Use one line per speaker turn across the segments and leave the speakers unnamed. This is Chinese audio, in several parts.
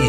一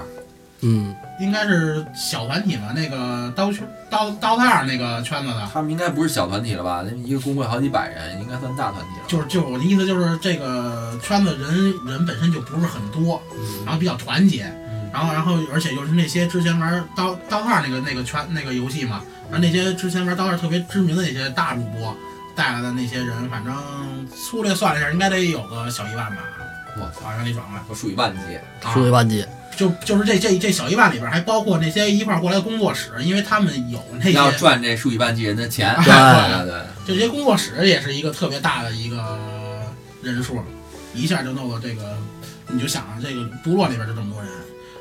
嗯，
应该是小团体嘛，那个刀圈刀刀套儿那个圈子的，
他们应该不是小团体了吧？那一个工会好几百人，应该算大团体了。
就是就是我的意思就是这个圈子人人本身就不是很多，
嗯
然后比较团结，
嗯
然后然后而且又是那些之前玩刀刀套儿那个那个圈那个游戏嘛，然后那些之前玩刀套儿特别知名的那些大主播带来的那些人，反正粗略算了一下，应该得有个小一万吧。
我
好像得转过来，
我数一万级，
啊
数一万级，
就就是这这这小一万里边还包括那些一块儿过来的工作室，因为他们有
哎
那些
要赚这数以万计人的钱。
对
对对，
就这些工作室也是一个特别大的一个人数，一下就弄到这个，你就想啊，这个部落里边就这么多人，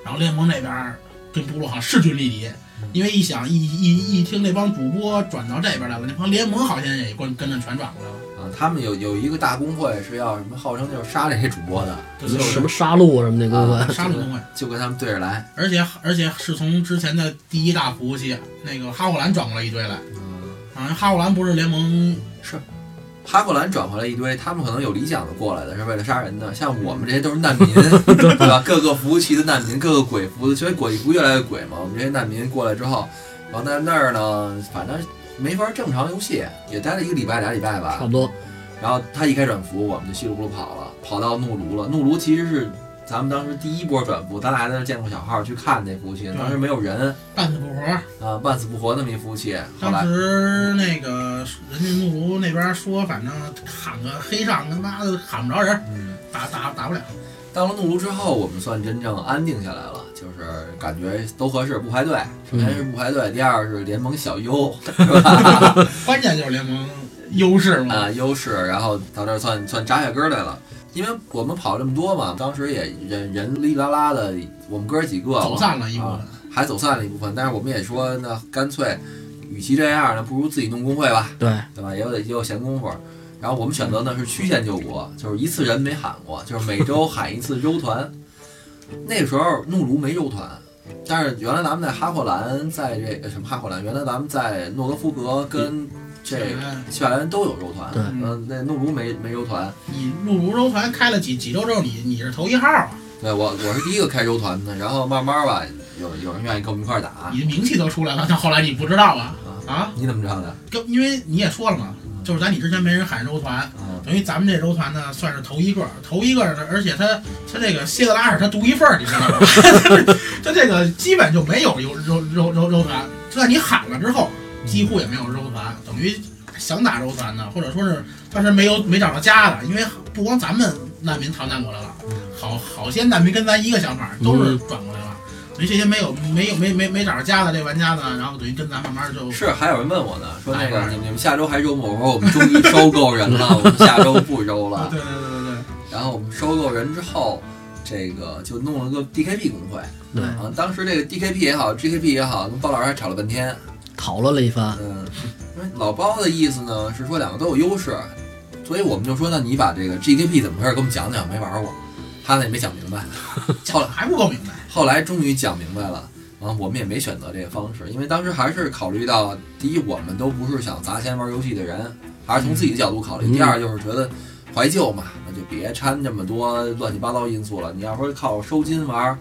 然后联盟那边跟部落好像势均力敌，因为一想一一一听那帮主播转到这边来了，那帮联盟好像也跟跟着全转过来了，
啊，他们有有一个大工会是要什么，号称就是杀这些主播的，
就
就是
什么杀戮什么那个
啊
杀戮工会，
就跟他们对着来。
而且而且是从之前的第一大服务器那个哈布兰转过来一堆来，
嗯
好像哈布兰不是联盟
哈布兰转回来一堆，他们可能有理想的过来的，是为了杀人的。
嗯
像我们这些都是难 民，对吧？各个服务器的难民，各个鬼服，所以鬼不越来越鬼嘛。我们这些难民过来之后，然后在那儿呢，反正没法正常游戏，也待了一个礼拜俩礼拜吧
差。不多，
然后他一开转服，我们就稀里糊涂跑了，跑到怒炉了。怒炉其实是咱们当时第一波转服，咱俩还在那儿建过小号去看那服务器，当时没有人
半死不活。
啊，半死不活那么一服务器。后
当
来
时那个人家怒如那边说，反正喊个黑上，他妈的喊不着人，
嗯
打打打不了。
到了怒炉之后，我们算真正安定下来了，就是感觉都合适，不排队。首先是不排队，第二是联盟小优，
嗯
是吧？
关键就是联盟优势嘛，
啊，优势，然后到这儿算算扎下根儿来了。因为我们跑这么多嘛，当时也人人哩啦啦的，我们哥儿几个
走散了一部分。
还走散了一部分，但是我们也说，那干脆，与其这样呢，不如自己弄工会吧，
对，
对吧？也有得也有闲工夫。然后我们选择呢是曲线救国，就是一次人没喊过，就是每周喊一次肉团。那时候怒炉没肉团，但是原来咱们在哈霍兰，在这呃什么哈霍兰，原来咱们在诺格福格跟这
雪原
西班牙人都有肉团，
对
嗯，那怒炉没没肉团。
你怒如周团开了几几周之后，你你是头一号啊，
对我我是第一个开肉团的，然后慢慢吧，有有人愿意跟我们一块儿打。
你的名气都出来了。但后来你不知道啊啊，
你怎么知道的？
跟因为你也说了嘛，就是在你之前没人喊周团，
嗯，，
等于咱们这周团呢算是头一个，头一个呢，而且他他这个蝎子拉屎他独一份儿，你知道吗？他这个基本就没有有肉肉肉肉团，就在你喊了之后，几乎也没有肉团，等于想打肉团的，或者说是当时没有没找着家的，因为不光咱们难民逃难过来了，好好些难民跟咱一个想法，都是转过来了。等于这些没有没有没没没找着家的这玩家呢，然后等于跟咱慢慢就是
还有人问我呢，说那
哎
个你们你们下周还揉吗？我说我们终于收购人了，我们下周不揉 了。
对对对对对，
然后我们收购人之后，这个就弄了个 DKP 工会。
对
啊，当时这个 DKP 也好，GKP 也好，跟包老师还吵了半天。
讨论了一番，
嗯，因为老包的意思呢是说两个都有优势，所以我们就说，那你把这个 GKP 怎么回事给我们讲讲，没玩过，他呢也没讲明白。后来
还不够明白。
后来终于讲明白了，然后我们也没选择这个方式，因为当时还是考虑到，第一，我们都不是想砸钱玩游戏的人，还是从自己的角度考虑；
嗯
第二，就是觉得怀旧嘛，那就别掺这么多乱七八糟因素了。你要说靠收金玩，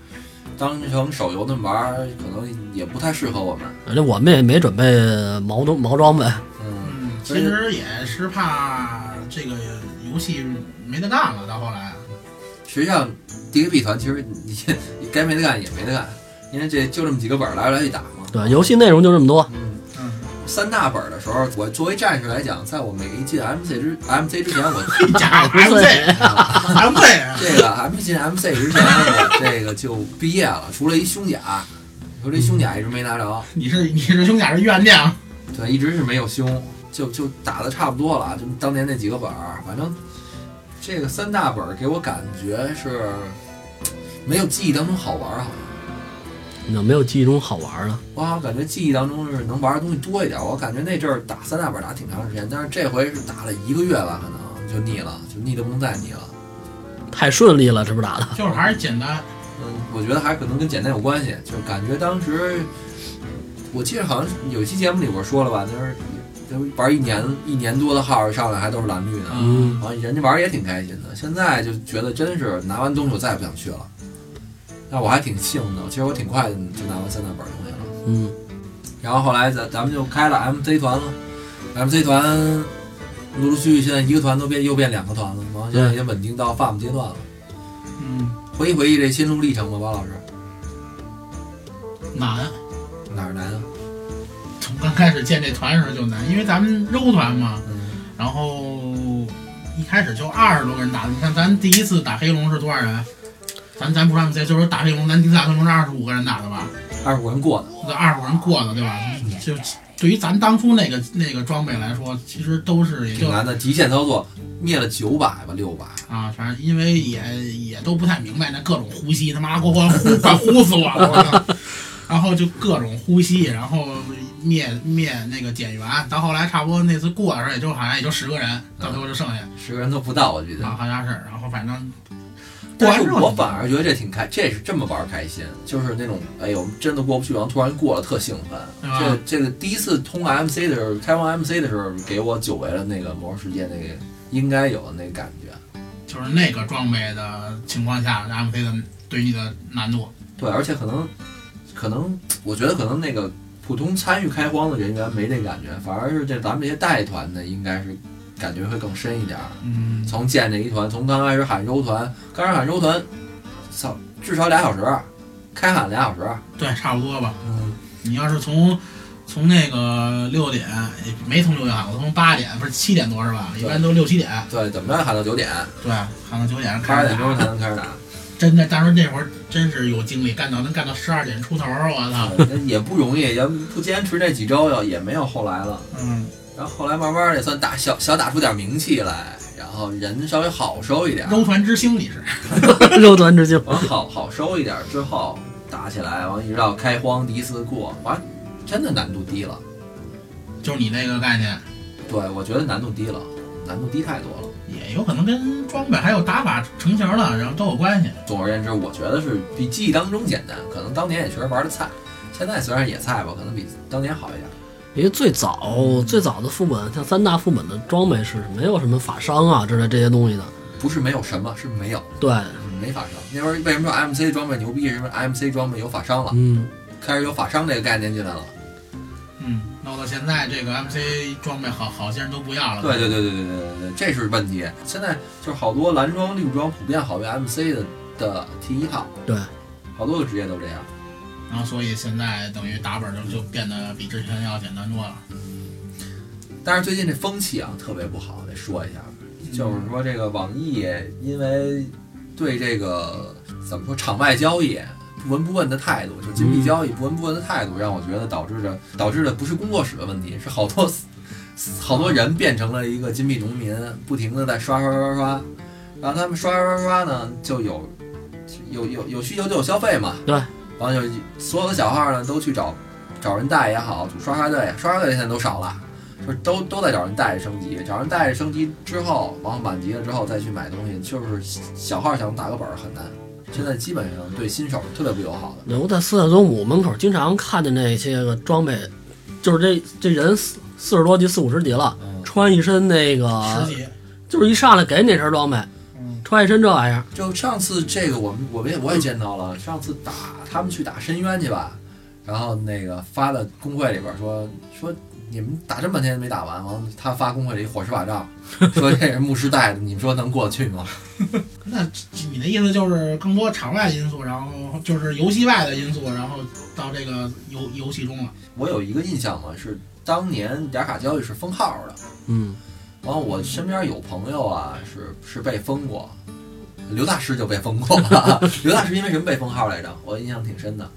当成手游那么玩，可能也不太适合我们。
而且我们也没准备毛东毛装备，
嗯，
嗯，其实也是怕这个游戏没得干了，到后来
实际上 DKB 团其实你你 该没得干也没得干，因为这就这么几个本儿来来去打嘛。
对，游戏内容就这么多，
嗯，
嗯，
三大本儿的时候，我作为战士来讲，在我没进 MC 之 MC 之前，我
加 MC MC
这个 MC 进 MC 之前，我这个就毕业了，除了一胸甲，你说这胸甲一直没拿着，
你是你是胸甲是怨念，
对，一直是没有胸，就就打的差不多了，就当年那几个本儿，反正这个三大本儿给我感觉是没有记忆当中好玩儿好。
有没有记忆中好玩的？
我好像感觉记忆当中是能玩的东西多一点。我感觉那阵儿打三大本打挺长时间，但是这回是打了一个月吧，可能就腻了，就腻的不能再腻了。
太顺利了，是不是打的？
就是还是简单。
嗯，我觉得还可能跟简单有关系，就是感觉当时，我记得好像是有一期节目里边说了吧，就是就是玩一年一年多的号上来还都是蓝绿呢，
嗯，
然后人家玩儿也挺开心的。现在就觉得真是拿完东西我再也不想去了。那我还挺幸运的，其实我挺快就拿完三大本东西了。
嗯，
然后后来咱咱们就开了 MC 团了，MC 团陆陆续续现在一个团都变又变两个团了，然后现在也稳定到 FAM 阶段了。
嗯，
回忆回忆这心路历程吧，包老师，
难。
哪儿难啊？
从刚开始建这团的时候就难，因为咱们肉团嘛，
嗯，
然后一开始就二十多个人打。你看咱第一次打黑龙是多少人？咱咱不是 MC，就是打黑龙，咱第一次打黑龙是二十五个人打的吧？
二十五人过的，
那二十五人过的，对吧？
嗯
就对于咱当初那个那个装备来说，其实都是也
挺
就
难的，极限操作灭了九百吧，六百。
啊，反正因为也也都不太明白那各种呼吸，他妈给我呼快呼死我了，我操！然后就各种呼吸，然后灭灭那个减员，到后来差不多那次过的时候，也就好像也就十个人，到最后就剩下
十个人都不到，我记得。
啊，好像是，然后反正过
嗯但
完
是
之后
我反而觉得这挺开，这是这么玩儿开心，就是那种哎呦真的过不去，然后突然过了特兴奋。
啊
这个这个第一次通 MC 的时候，开放 MC 的时候，给我久违了那个魔兽世界那个应该有的那个感觉。
就是那个装备的情况下，MC 的对你的难度，
对，而且可能可能我觉得可能那个普通参与开荒的人员没这感觉，反而是这咱们这些带团的应该是感觉会更深一点儿。
嗯，
从建这一团，从刚开始喊柔团，刚开始喊柔团，操，至少俩小时，开喊俩小时。
对，差不多吧。
嗯。
你要是从从那个六点，也没从六点喊，我从八点不是七点多是吧？一般都六七点，
对，怎么着也喊到九点，
对，喊到九点
八
开始
点钟才
打。
能开始打，
真的，当时那会儿真是有精力干到能干到十二点出头，我操！
那啊也不容易，也不坚持这几周，也没有后来了。
嗯，
然后后来慢慢的也算打小小打出点名气来，然后人稍微好收一点，
柔团之星你是，
肉团之境，
嗯
完好好收一点之后打起来，完一直到开荒第一次过，完真的难度低了。
就是你那个概念，
对，我觉得难度低了，难度低太多了。
也有可能跟装备还有打法成型了，然后都有关系。
总而言之，我觉得是比记忆当中简单，可能当年也确实玩的菜，现在虽然也菜吧，可能比当年好一点。
因为最早最早的副本，像三大副本的装备是没有什么法伤啊之类这些东西的。
不是没有什么，是没有。
对，
没法伤。那会儿为什么说 MC 装备牛逼？是因为 MC 装备有法伤了，
嗯，
开始有法伤这个概念进来了。
嗯，闹到现在这个 MC 装备好好些人都不要了。
对对对对对对对对，这是问题。现在就是好多蓝装、绿装普遍好于 MC 的的第一套，
对，
好多个职业都这样。
然后所以现在等于打本就就变得比之前要简单多了。
但是最近这风气啊特别不好，得说一下，就是说这个网易因为对这个怎么说场外交易。不闻不问的态度，就金币交易不闻不问的态度，让我觉得导致着导致的不是工作室的问题，是好多 好多人变成了一个金币农民，不停的在刷刷刷刷刷，然后他们刷刷刷刷呢，就有有有有需求就有消费嘛，
对，
然后就所有的小号呢都去找找人带也好，组刷刷队，刷刷队现在都少了。就是都都在找人带着升级，找人带着升级之后，然后满级了之后再去买东西，就是小号想打个本儿很难。现在基本上对新手是特别不友好的。
我在四大宗武门口经常看见那些个装备，就是这这人四四十多级、四五十级了，
嗯，
穿一身那个
啊
十，级，
就是一上来给你那身装备，
嗯，
穿一身这玩意儿，
就上次这个我们我们也我也见到了，上次打他们去打深渊去吧，然后那个发的公会里边说说你们打这么半天没打完，完了他发公会里火石法杖，说这是牧师带的，你们说能过得去吗？
那你的意思就是更多场外因素，然后就是游戏外的因素，然后到这个游游戏中了。
我有一个印象嘛，是当年雅卡交易是封号的，
嗯，
然后我身边有朋友啊，是是被封过，刘大师就被封过刘大师因为什么被封号来着？我印象挺深的。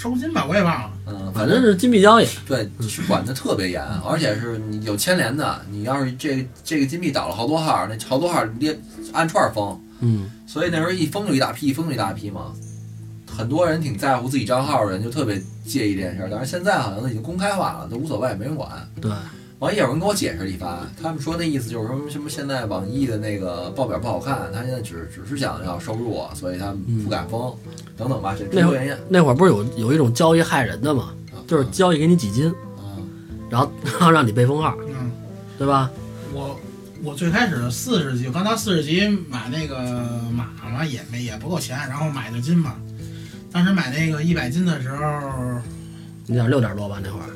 收金吧，我也忘了。
嗯，
反
反
正
正
是金币交易，
对是管得特别严，而且是你有牵连的。你要是这个这个金币倒了好多号，那好多号连按串封，
嗯，
所以那时候一封就一大批，一封就一大批嘛。很多人挺在乎自己账号的人，就特别介意这件事儿。但是现在好像都已经公开化了，都无所谓，没人管。
对，
网易有人给我解释了一番，他们说那意思就是什么什么现在网易的那个报表不好看，他现在只只是想要收入，啊所以他们不敢封，等等吧，这诸多原因。
那会儿不是有有一种交易害人的嘛，就是嗯交易给你几斤，
啊，
然后然后让你被封号，
嗯，
对吧？
我我最开始四十级，我刚到四十级买那个马嘛，也没也不够钱，然后买的金嘛，当时买那个一百斤的时候，
你想六点多吧那会儿，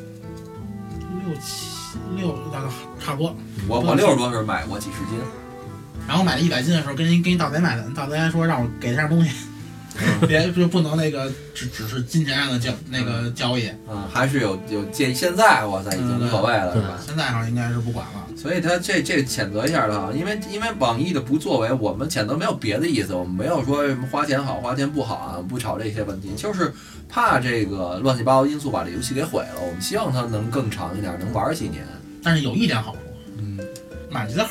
六七六大概差不多。
我我六十多时候买过几十斤，
然后买了一百斤的时候，跟人跟一盗贼买的，盗贼还说让我给他点东西， 别就不能那个只只是金钱上的交那个交易。
嗯，还是有有建。现在哇塞已经无所谓了，是
嗯
吧？
现在好像应该是不管了。
所以他这这谴责一下他，因为因为网易的不作为，我们谴责没有别的意思，我们没有说什么花钱好花钱不好啊，不吵这些问题，就是怕这个乱七八糟因素把这游戏给毁了。我们希望它能更长一点，能玩几年。
但是有一点好处，
嗯，
满级的号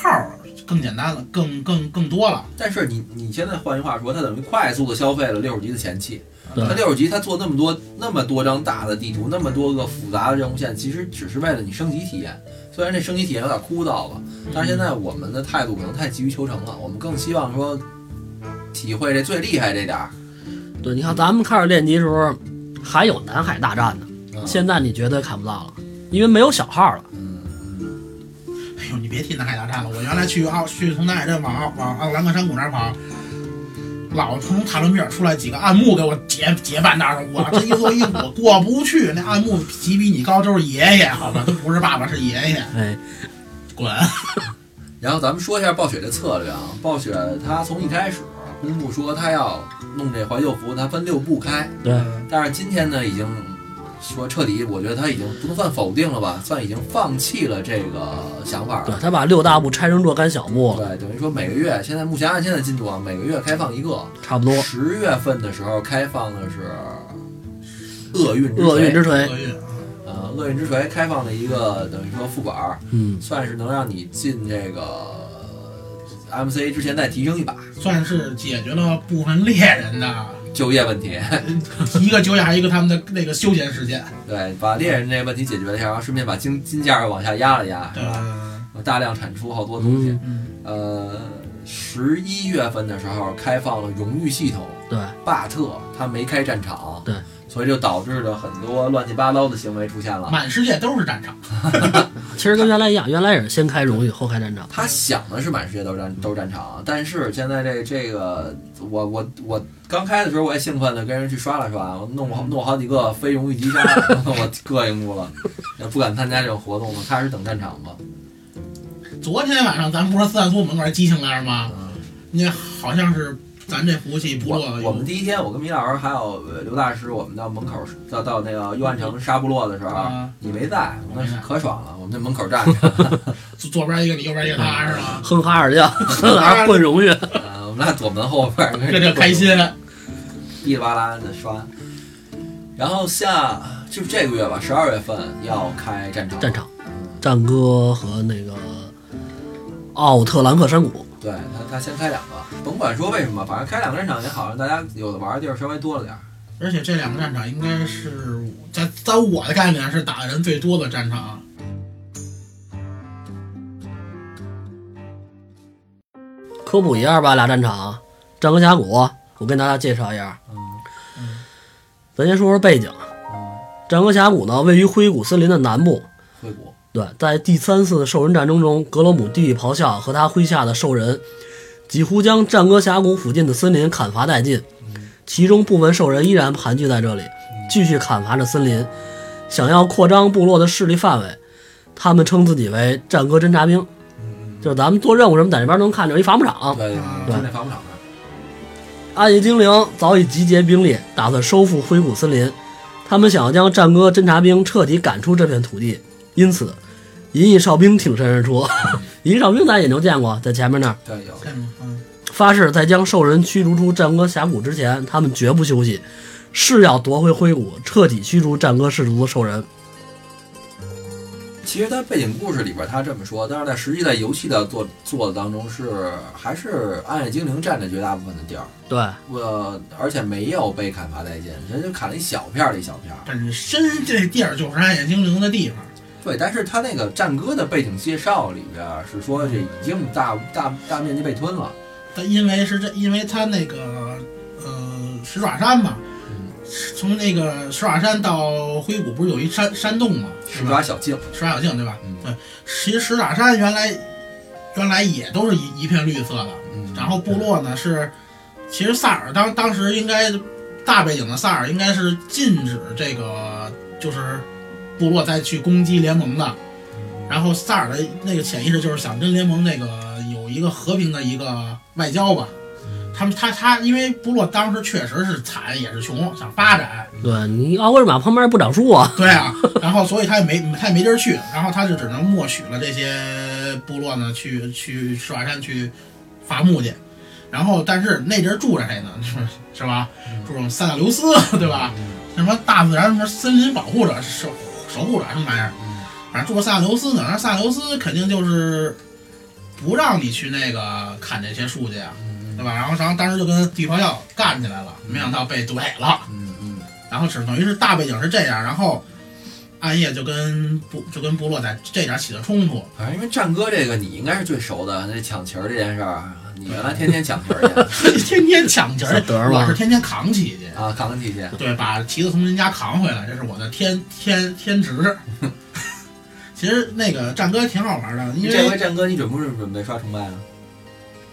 更简单了，更更更多了。
但是你你现在换句话说，它等于快速的消费了六十级的前期。
对
它六十级，它做那么多那么多张大的地图，那么多个复杂的任务线，其实只是为了你升级体验。虽然这升级体验有点枯燥吧，但是现在我们的态度可能太急于求成了，我们更希望说体会这最厉害这点儿。
对，你看咱们开始练级的时候，还有南海大战呢，
嗯
现在你绝对看不到了，因为没有小号了。
嗯，
哎呦，你别提南海大战了，我原来去奥去从南海镇往奥往奥兰克山谷那儿跑，老从塔伦比尔出来几个暗牧给我结结伴那儿，我这一坐一我过不去，那暗牧级比你高，都是爷爷，好吧，都不是爸爸是爷爷，
哎，
滚！
然后咱们说一下暴雪这策略啊，暴雪它从一开始公布说它要弄这怀旧服，它分六步开，
对，
但是今天呢，已经说彻底，我觉得他已经不能算否定了吧，算已经放弃了这个想法
对
了。
他把六大部拆成若干小部
对，
了，
等于说每个月，现在目前按现在进度啊，每个月开放一个。
差不多。
十月份的时候开放的是厄运之
厄运之锤，
厄运啊，
啊，厄运之锤开放了一个等于说副本儿，
嗯，
算是能让你进这个呃 MC 之前再提升一把
算是解决了部分猎人的
就业问 题。
一个纠结，还有一个他们的那个休闲时间。
对，把猎人这个问题解决了一下，然后顺便把金金价儿往下压了压，
对，
大量产出好多东西。
嗯
嗯，
呃，十一月份的时候开放了荣誉系统，
对，
巴特他没开战场，
对，
所以就导致了很多乱七八糟的行为出现了。
满世界都是战场。
其实跟原来一样，原来也是先开荣誉后开战场。
他想的是满世界都是战都是战场，啊但是现在这这个，我我我刚开的时候我也兴奋的跟人去刷了刷，我弄
嗯
好弄好几个非荣誉极杀， 我膈应住了，也不敢参加这种活动了，开始等战场吧。
昨天晚上咱不是四万多门口还激情来着吗？
嗯
那好像是咱这服务器部
我
落有
我们第一天，我跟米老师还有呃刘大师，我们到门口到到那个幽暗城沙部落的时候，
啊
你没在，我
我没在
那可爽了，我们那门口站着，
左左边一个你，右边一
嗯
个他，是吧？
哼哈 二将，哼哈混荣誉，
呃我们俩躲门后边 儿，
这就开，心，
噼里啪啦的刷。然后下就是这个月吧，十二月份要开战场，
战场，战歌和那个奥特兰克山谷。
对他他先开两个，甭管说为什么，反正开两个战场也好，让大家有的玩的地儿稍微多了点儿。
而且这两个战场应该是在在我的概念是打人最多的战场。
科普一下吧，俩战场，战歌峡谷，我跟大家介绍一下。
嗯
咱先说说背景，
嗯，
战歌峡谷呢位于灰谷森林的南部。
硅谷，
对，在第三次兽人战争中，格罗姆地咆哮和他麾下的兽人几乎将战歌峡谷附近的森林砍伐殆尽，其中部分兽人依然盘踞在这里，继续砍伐着森林，想要扩张部落的势力范围。他们称自己为战歌侦察兵，就是咱们做任务什么，在这边能看着一伐木场。
对对
对
对，就那防不场那儿。
暗夜精灵早已集结兵力，打算收复灰谷森林。他们想要将战歌侦察兵彻底赶出这片土地，因此，银翼哨兵挺身而出。银翼哨兵咱也就见过，在前面那儿
对有，
嗯，
发誓，在将兽人驱逐出战歌峡谷之前，他们绝不休息，誓要夺回灰谷，彻底驱逐战歌氏族的兽人。
其实它背景故事里边他这么说，但是在实际在游戏的做做的当中是还是暗夜精灵占着绝大部分的地儿，
对，
呃，而且没有被砍伐殆尽，人家就砍了一小片儿的一小片儿。
本身这地儿就是暗夜精灵的地方，
对，但是他那个战歌的背景介绍里边是说这已经大大大面积被吞了，
但因为是这，因为它那个呃石爪山嘛，
嗯
从那个石爪山到灰谷不是有一山山洞嘛，
是
是吧？
抓小径。
石爪小径对吧？
嗯
对，其实石爪山原来原来也都是一一片绿色的。
嗯，
然后部落呢是，其实萨尔当当时应该大背景的萨尔应该是禁止这个就是部落再去攻击联盟的，
嗯
然后萨尔的那个潜意识就是想跟联盟那个有一个和平的一个外交吧。
嗯
他们他他，因为部落当时确实是惨，也是穷，想发展，
对你奥格尔玛旁边不长树 啊，
对啊，然后所以他也没他也没地儿去，然后他就只能默许了这些部落呢去去赤瓦山去伐木去，然后但是那阵儿住着谁呢？ 是是吧？住着塞纳留斯， 对吧？什么大自然什么森林保护者、守守护者什么玩意儿，反正住着塞纳留斯呢，然后塞纳留斯肯定就是不让你去那个砍这些树去啊，
嗯
对吧？然后然后当时就跟地方要干起来了，没想到被怼了。
嗯嗯，
然后只等于是大背景是这样，然后暗夜就跟部就跟部落在这点起了冲突。
反正因为战歌这个你应该是最熟的，那抢旗儿这件事儿，你原来天天抢旗儿 去
天天抢旗儿，
得儿
我
吧
是天天扛旗去，
啊，扛旗去。
对，把旗子从人家扛回来，这是我的天天天职。 其实那个战歌挺好玩的，因
这回
为
战歌你准不准准备刷崇拜啊？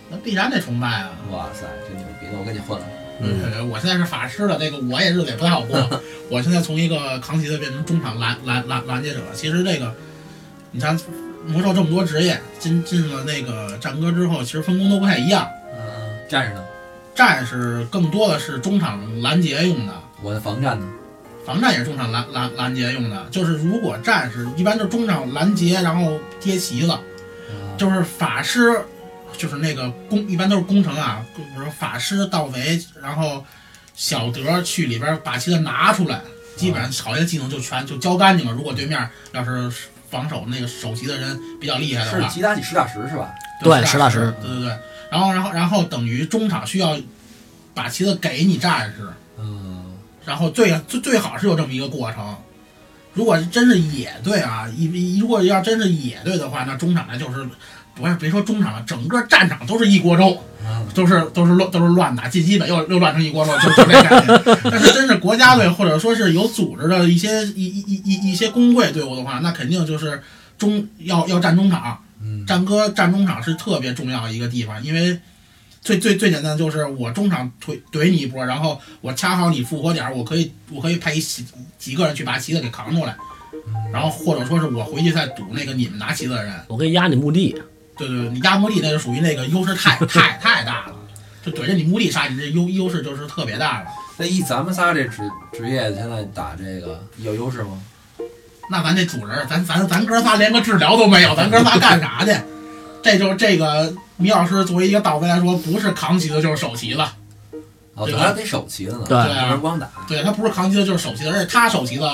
那必然得崇拜啊。
哇塞，真牛逼！那我跟你混了。
嗯，
呃我现在是法师了，那个我也日子也不太好过。我现在从一个扛旗的变成中场拦拦拦拦截者。其实这个，你像魔兽这么多职业，进进了那个战歌之后，其实分工都不太一样。
嗯，战士呢？
战士更多的是中场拦截用的，
我的防战呢？
防战也是中场拦拦拦截用的。就是如果战士一般就是中场拦截，然后接旗子，
啊
就是法师，就是那个工一般都是工程啊，比如说法师盗贼，然后小德去里边把旗子拿出来，基本上好些技能就全就交干净了。如果对面要是防守那个守旗的人比较厉害的
是
话，
击打几实打实是吧？
对
实
实
打
打
实
实，
对对对。然后然后然后等于中场需要把旗子给你战士。
嗯，
然后最最最好是有这么一个过程。如果真是野队啊，一一如果要真是野队的话，那中场那就是不是别说中场了，整个战场都是一锅粥，
嗯
都是都是乱都是乱打，进基本又又乱成一锅粥，就 就这感觉。但是真是国家队或者说是有组织的一些一一一一一些工会队伍的话，那肯定就是中要要站中场，
嗯，
战歌站中场是特别重要的一个地方，因为最最最简单的就是我中场怼怼你一波，然后我掐好你复活点儿，我可以我可以派一几几个人去把旗子给扛出来，然后或者说是我回去再堵那个你们拿旗子的人，
我可以压你墓地，
对对对，你压墓地那就属于那个优势太太太大了，就怼着你墓地杀你这优优势就是特别大了。
那一咱们仨这职职业现在打这个有优势吗？
那咱这主人，咱咱咱哥仨连个治疗都没有，咱哥仨干啥去？这就这个米老师作为一个盗贼来说，不是扛旗子就是守旗子。
哦，
对
咱还得手旗的呢，
对
对啊
不是光打。
对他不是扛旗子就是手旗子，而且他手旗子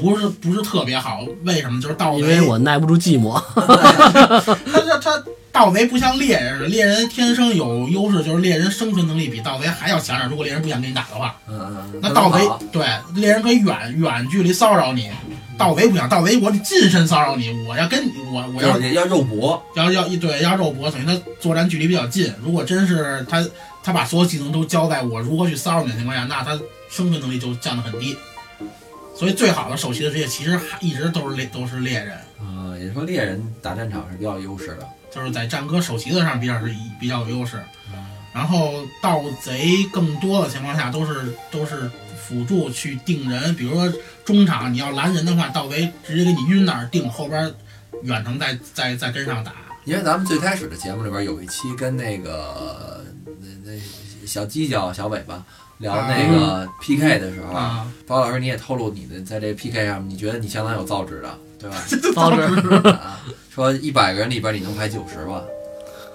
不是不是特别好，为什么？就是盗贼，
因为我耐不住寂寞。
他他他盗贼不像猎人似的，猎人天生有优势，就是猎人生存能力比盗贼还要强点。如果猎人不想跟你打的话，
嗯嗯嗯，
那盗贼
好
对猎人可以远远距离骚扰你，盗贼不想，盗贼我得近身骚扰你，我要跟你我我要
嗯就是要肉搏，
要要一对要肉搏，等于他作战距离比较近。如果真是他他把所有技能都交代我如何去骚扰你的情况下，那他生存能力就降得很低。所以最好的首席的职业其实还一直都是猎都是猎人，
嗯，也说猎人打战场是比较有优势的。
就是在战歌首席的上比较是一比较有优势。然后盗贼更多的情况下都是都是辅助去定人，比如说中场你要拦人的话，盗贼直接给你晕那儿定，后边远程再再再跟上打。
因为咱们最开始的节目里边有一期跟那个那那小犄角小尾巴聊那个 PK 的时候，
啊，
包老师你也透露你的在这 PK 上，你觉得你相当有造诣的，对吧？
导致
啊说一百个人里边你能排九十吧？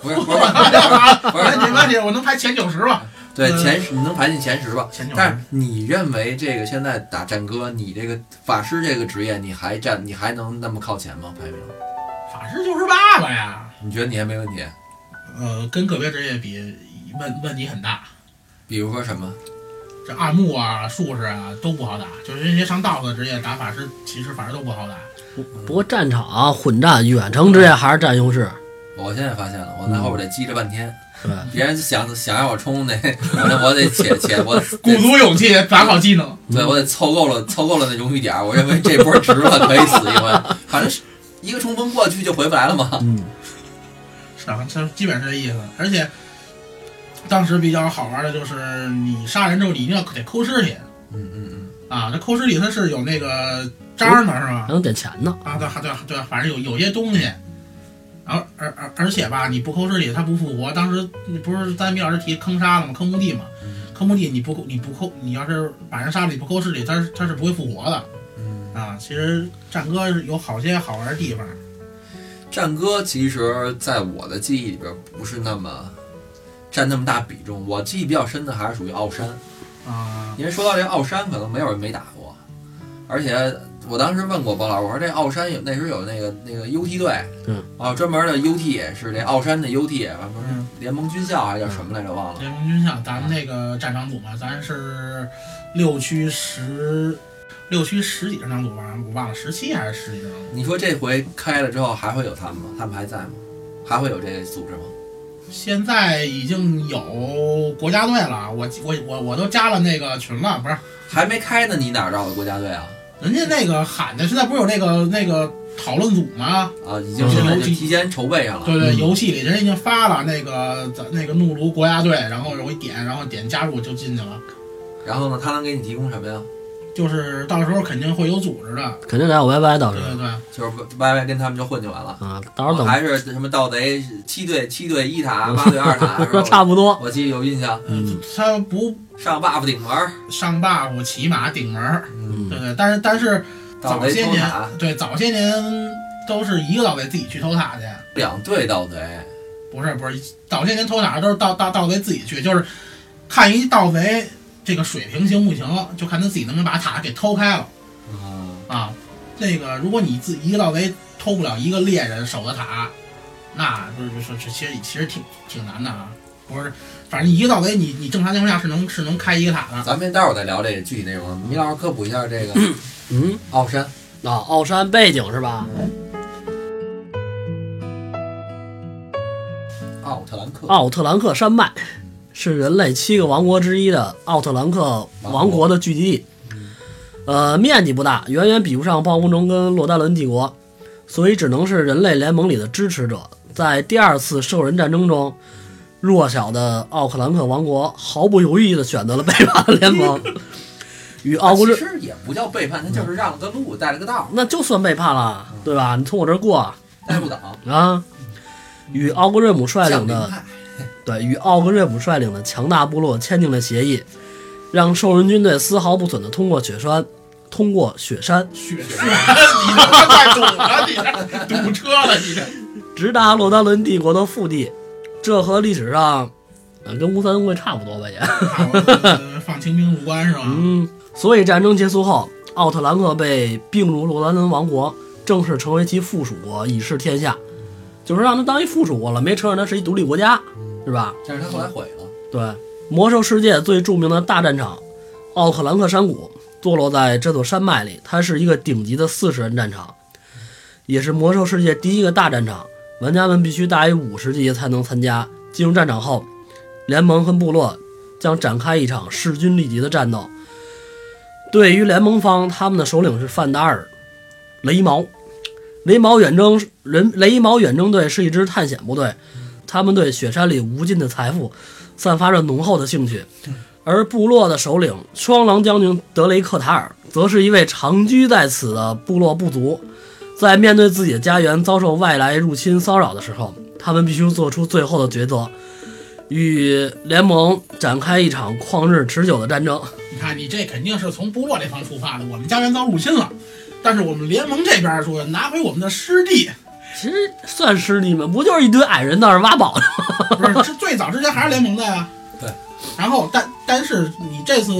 不是不是不是不
我说没
是，
问题，我能排前九十吧？
对前十你能排进前十吧？
前九
但
十
是你认为这个现在打战歌，你这个法师这个职业，你还占你还能那么靠前吗？排名？
法师就是爸爸呀。
你觉得你还没问题？
呃，跟个别职业比，问问题很大。
比如说什么？
这暗牧啊、术士啊都不好打，就是那些上道的职业打法师，其实法师都不好打。
不过战场啊混战远程之业还是占优势，
我现在发现了，我在后边得激着半天，
对，
别人想想让我冲那，我那我得且且我
鼓
得
足勇气，打好技能。
对我得凑够了凑够了那荣誉点儿，我认为这波值了，可以死一回，反正是一个冲锋过去就回不来了嘛。
嗯，
是啊，这基本是这意思。而且当时比较好玩的就是你杀人之后，你一定要得抠尸体
嗯嗯
啊，这抠尸体它是有那个章的是吧
还？能点钱呢。
啊，对对对，反正有有些东西，而而而而且吧，你不抠尸体，它不复活。当时你不是咱米老师提坑杀了吗？坑墓地嘛，坑墓地你不抠你不抠，你要是把人杀了你不抠尸体，它是它是不会复活的
嗯
啊。其实战歌有好些好玩的地方，
嗯，战歌其实在我的记忆里边不是那么占那么大比重，我记忆比较深的还是属于奥山。
啊，
因为说到这奥山，可能没有人没打过，而且我当时问过包老师，我说这奥山有那时候有那个那个 UT 队，
嗯，
啊，专门的 UT 是这奥山的 UT，啊不是
嗯
联盟军校还是叫什么来着，忘了。
联盟军校，咱们那个战场组嘛，咱是六区十六区十几战场组吧，我忘了十七还是十几战场组。
你说这回开了之后还会有他们吗？他们还在吗？还会有这个组织吗？
现在已经有国家队了，我我我我都加了那个群了，不是
还没开呢，你哪知道的国家队啊？
人家那个喊的，现在不是有那个那个讨论组吗？
啊，已经现在就提前筹备上了。
对对，
嗯
游戏里人家已经发了那个咱那个怒卢国家队，然后我一点，然后点加入就进去了。
然后呢，他能给你提供什么呀？
就是到时候肯定会有组织的，
肯定得有 YY 到
对
时
对呃对，
就是 YY 跟他们就混就完了。
候啊，到时候
还是什么盗贼七队七队一塔八队二 塔是
等
吧？
差不多。
我记得有印象。
嗯
他不
上 buff 顶门儿，
上 buff 骑马顶门儿，
嗯，
对
嗯，
对，但是但是
盗
早
贼
些
偷
年
塔，
对早些年都是一个盗贼自己去偷塔去，
两队盗贼，
不是不是，早些年偷哪儿都是盗盗盗贼自己去，就是看一盗贼这个水平行不行，就看他自己能不能把塔给偷开了
嗯，
啊。那个，如果你自己一个盗贼偷不了一个猎人守的塔，那不是说这其实其实挺挺难的啊。不是，反正一个盗贼你你正常情况下是能是能开一个塔 的。
咱们待会儿再聊这具体内容。米老师科普一下这个
嗯，
奥山，
啊，奥山背景是吧？
奥特兰克，
奥特兰克山脉是人类七个王国之一的奥特兰克王国的聚集地，呃，面积不大，远远比不上暴风城跟洛丹伦帝国，所以只能是人类联盟里的支持者。在第二次兽人战争中，弱小的奥克兰克王国毫不犹豫地选择了背叛了联盟，与奥古
其
之
实也不叫背叛，他就是让了个路，带了个道，
那就算背叛了，对吧？你从我这儿过
带路党，
啊，与奥格瑞姆率
降临
领的
派，
对，与奥格瑞姆率领的强大部落签订了协议，让兽人军队丝毫不损地通过雪山，通过雪山，
血血，你他妈快堵了，你这堵车了，你这。
直达洛丹伦帝国的腹地。这和历史上，呃，跟乌三会差不多吧也。
啊我放清兵入关是吧？
嗯，所以战争结束后，奥特兰克被并入洛丹伦王国，正式成为其附属国，以示天下。就是让他当一附属国了，没承认他是一独立国家，是吧？
但是他后来毁了。
对，魔兽世界最著名的大战场——奥克兰克山谷，坐落在这座山脉里。它是一个顶级的四十人战场，也是魔兽世界第一个大战场。玩家们必须大于五十级才能参加。进入战场后，联盟和部落将展开一场势均力敌的战斗。对于联盟方，他们的首领是范达尔·雷毛。雷毛远征人雷毛远征队是一支探险部队，他们对雪山里无尽的财富散发着浓厚的兴趣。而部落的首领双狼将军德雷克塔尔，则是一位长居在此的部落部族，在面对自己的家园遭受外来入侵骚扰的时候，他们必须做出最后的抉择，与联盟展开一场旷日持久的战争。
你看，你这肯定是从部落这方出发的。我们家园遭入侵了，但是我们联盟这边说拿回我们的失地，
其实算是你们不就是一堆矮人在那儿挖宝呢？
不是是最早之前还是联盟的呀、
对。
然后，但但是你这次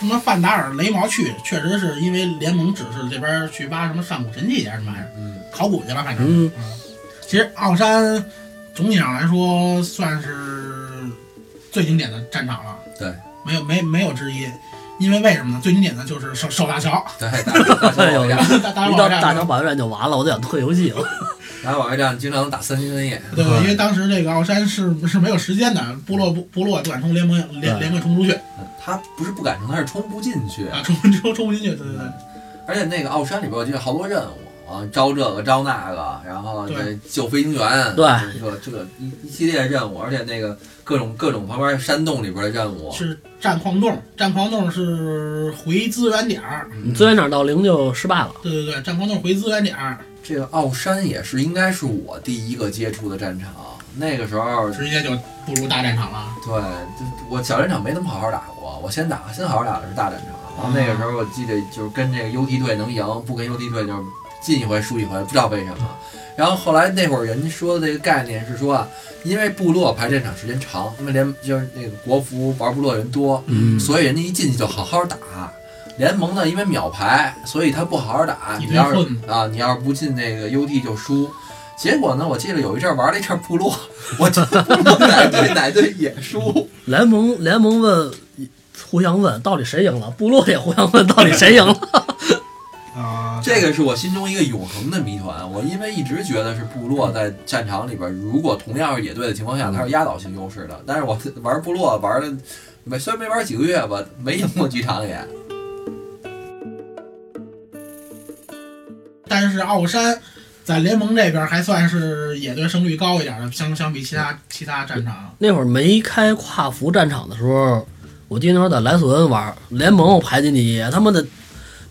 什么范达尔、雷毛去，确实是因为联盟指示这边去挖什么上古神器啊什么玩意儿，
嗯，
考古去了，反正。
嗯
其实奥山总体上来说算是最经典的战场了，
对，
没有没没有之一。因为为什么呢？最经典的就是守守大桥，
对，打打小保卫战，
大大
一到大
大
小保卫战就完了，我就想退游戏了。
打保卫战经常能打三天三夜。
对，因为当时这个奥山是是没有时间的，部落部部落不敢冲联盟联联盟冲出去
嗯他不是不敢冲，他是冲不进去。
啊，冲冲冲不进去，对对对，
而且那个奥山里边，我记得好多任务，啊招这个招那个，然后
对
这救飞行员，
对
这这个一一系列任务，而且那个各种各种旁边山洞里边的任务，
是战矿洞，战矿洞是回资源点儿，
嗯
资源场到零就失败了。
对对对，战矿洞回资源点儿，
这个奥山也是应该是我第一个接触的战场，那个时候
直接就步入大战场了。
对，就我小战场没怎么好好打过，我先打先好好打的是大战场，然后那个时候我记得就是跟这个 UT 队能赢，不跟 UT 队就是进一回输一回，不知道为什么。然后后来那会儿人说的这个概念是说啊，因为部落排战场时间长，因为联就是那个国服玩部落人多，
嗯
所以人家一进去就好好打。联盟呢，因为秒排，所以他不好好打。
一
你
堆
要是
混
啊，你要是不进那个 UT 就输。结果呢，我记得有一阵儿玩了一阵儿部落，我 这部落哪队哪队也输。
联盟联盟问，互相问到底谁赢了，部落也互相问到底谁 赢了。
啊，
这个是我心中一个永恒的谜团。我因为一直觉得是部落在战场里边，如果同样是野队的情况下，它是压倒性优势的。但是我玩部落玩的没，虽然没玩几个月吧，没赢过几场也。
但是奥山在联盟这边还算是野队胜率高一点的，相相比其
嗯
他其他战场，
那会儿没开跨服战场的时候，我记得那会儿在莱索恩玩联盟，我排进去也他妈的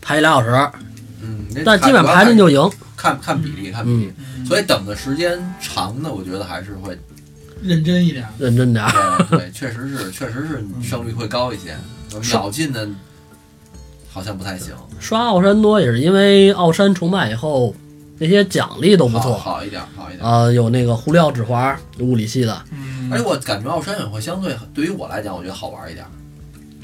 排一俩小时，
嗯，
但基本排进
就
就赢。
看看比例，看比例。
嗯，
所以等的时间长的，我觉得还是会，
认真一点。
认真点儿，
对，对确实是，确实
嗯
是胜率会高一些。秒进的，好像不太行，
刷奥山多也是因为奥山崇拜以后，那些奖励都不
好
错。
好一点，好一点。
啊、有那个胡里奥指环，物理系的，
嗯
而且我感觉奥山也会相对对于我来讲，我觉得好玩一点，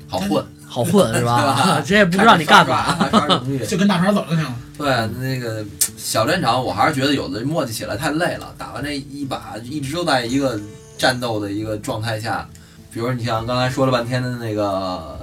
好混。
好 混是吧
吧？
这也不知道你干嘛。
嘛， 刷什么
就跟大船走就行 了。
对，那个小战场，我还是觉得有的磨叽起来太累了。打完这一把，一直都在一个战斗的一个状态下。比如你像刚才说了半天的那个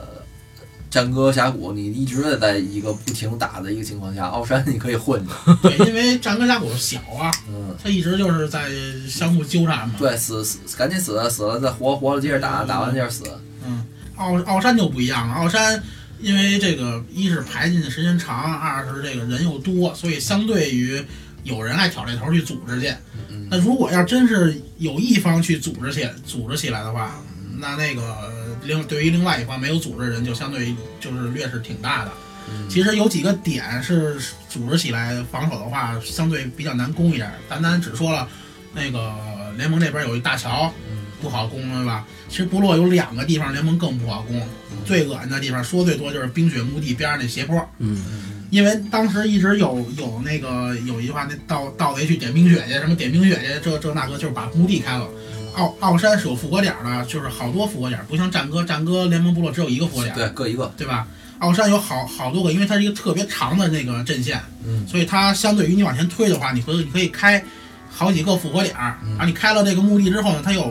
战歌峡谷，你一直在一个不停打的一个情况下，奥山你可以混着。
对，因为战歌峡谷小啊，
嗯，
它一直就是在相互纠缠嘛。
对，死死赶紧死，死了再活，活了接着打，打完接着死。
嗯，奥奥山就不一样了，奥山因为这个一是排进的时间长，二是这个人又多，所以相对于有人爱挑这头去组织去。
嗯
那如果要真是有一方去组织起组织起来的话，那那个呃另对于另外一方没有组织的人，就相对就是劣势挺大的。
嗯
其实有几个点是组织起来防守的话，相对比较难攻一点。咱咱只说了，那个联盟那边有一大桥
嗯
不好攻，对吧？其实部落有两个地方联盟更不好攻，
嗯
最恶心的地方说最多就是冰雪墓地边上那斜坡，
嗯，
嗯
因为当时一直有有那个有一句话，那盗盗贼去点冰雪去，什么点冰雪去，这这那个就是把墓地开了。奥奥山是有复活点的，就是好多复活点，不像战歌，战歌联盟部落只有一个复活点，
对，各一个。
对吧？奥山有好好多个，因为它是一个特别长的那个阵线，
嗯
所以它相对于你往前推的话，你会你可以开好几个复活点儿，
嗯
然后你开了这个墓地之后呢，它有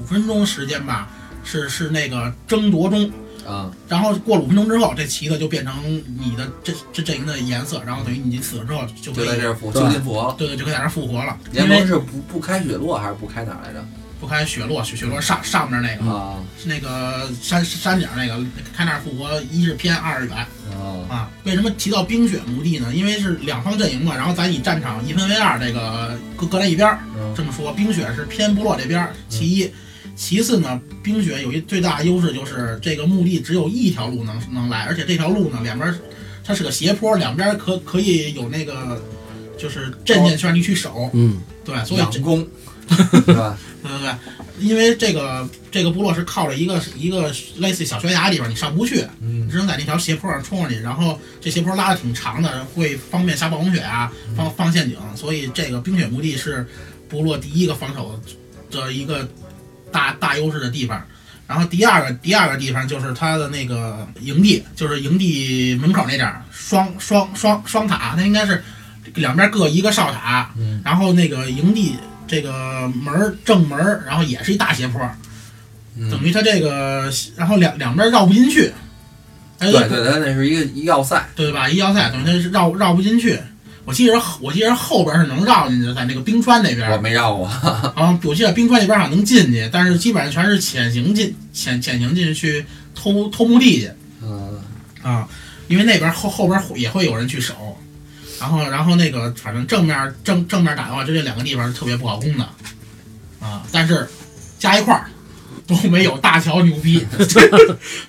五分钟时间吧，是是那个争夺中，
啊，
然后过了五分钟之后，这旗子就变成你的这这阵营的颜色，然后等于你死了之后就
就
可以
在这儿复
对
就近复活了。
对对就可以在这儿复活了，
联
因
盟
为
是不不开雪落还是不开哪儿来着？
不开雪落，雪雪落上上面那个、
啊
是那个山山顶儿那个开那儿复活，一是偏，二是远。
啊，
啊，为什么提到冰雪墓地呢？因为是两方阵营嘛，然后咱以战场一分为二，这个各各来一边儿
嗯
这么说。冰雪是偏部落这边儿，其一，其次呢，冰雪有一最大的优势就是这个墓地只有一条路能能来，而且这条路呢两边儿它是个斜坡，两边儿可可以有那个就是阵线圈你去守，
嗯，
对，所以
养
这
弓，对吧？
对对对，因为这个这个部落是靠着一个一个类似于小悬崖地方，你上不去，
嗯
你只能在那条斜坡上冲上去，然后这斜坡拉的挺长的，会方便下暴风雪啊，
嗯
放放陷阱，所以这个冰雪墓地是部落第一个防守的一个大大优势的地方。然后第二个第二个地方就是它的那个营地，就是营地门口那点儿双双双双塔，它应该是两边各一个哨塔，
嗯
然后那个营地这个门儿正门儿，然后也是一大斜坡，
嗯
等于它这个，然后两两边绕不进去，哎
对对，它那是一个一要塞，
对吧？一要塞等于它是绕绕不进去。我记着，我记着后边是能绕进去的，在那个冰川那边
我，没绕 过，
然后我记得冰川那边好像能进去，但是基本上全是潜行进潜潜行进去偷偷墓地去
嗯，
啊，因为那边后后边也会有人去守，然后然后那个反正正面正正面打的话，就这两个地方是特别不好攻的啊，但是加一块儿。都没有大乔牛逼，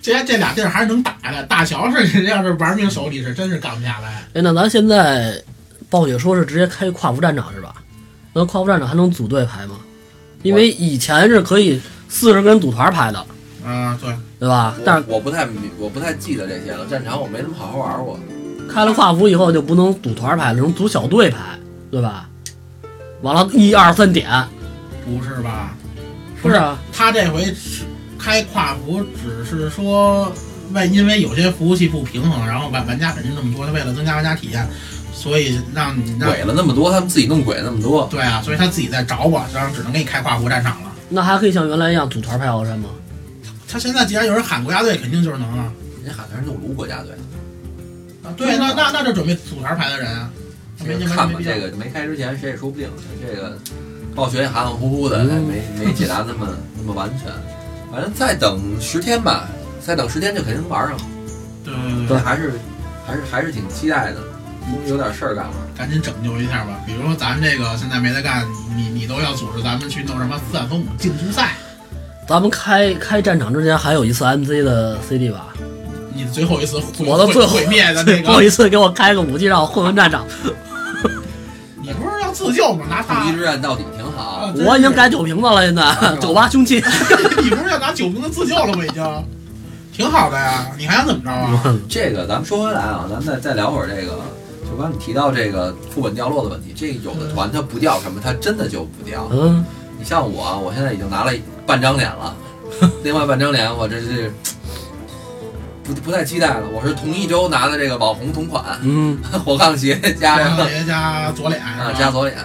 这这俩地儿还是能打的。大乔是要是玩命手里是真是干不下来。
哎，那咱现在暴雪说是直接开跨服战场是吧？那跨服战场还能组队排吗？因为以前是可以四十个人组团排的，
啊，对，
对吧？但是
我我不太明我不太记得这些了，战场我没怎么好好玩过。
开了跨服以后就不能组团排了，能组小队排，对吧？完了，一二三点，
不是吧？
不是啊？
他这回是开跨服，只是说为因为有些服务器不平衡，然后玩玩家本身这么多，他为了增加玩家体验，所以让你让
鬼了那么多，他们自己弄鬼那么多，
对啊，所以他自己在找我，然后只能给你开跨服战场了。
那还可以像原来一样组团排鳌山吗？
他现在既然有人喊国家队，肯定就是能啊。
人家喊的是怒卢国家队。
啊对，那那那就准备组团排的人啊，
这
没
个
没
看
没
吧，
必要
这。个没开之前谁也说不定。这个暴雪也含含糊糊的，没没解答那么那么完全。反正再等十天吧，再等十天就肯定能玩上了。
对
这
对对，
还是还是还是挺期待的，终于有点事儿干了。
赶紧拯救一下吧。比如说咱这个现在没得干，你你都要组织咱们去弄什么斯坦风竞速赛，
咱们开开战场之前还有一次 MC 的 CD 吧？
你的最后一次毁
我的最
毁
后
毁灭的那
最后
个，
一次给我开个武器让我混混战场，
你不是要自救吗？拿
终
他
极之战到底挺好
啊，真是
我已经改酒瓶子了，现在酒吧凶器。
你不是要拿酒瓶子自救了吗？已经，挺好的呀，你还想怎么着啊？
这个咱们说回来啊，咱们再再聊会儿这个，就刚你提到这个副本掉落的问题，这有的团它不掉什么，它真的就不掉。
嗯，
你像我，我现在已经拿了半张脸了，另外半张脸我这是不不太期待了。我是同一周拿的这个网红同款
嗯，
火炕鞋加上
上爷加左脸
啊
是
加
吧？
左脸，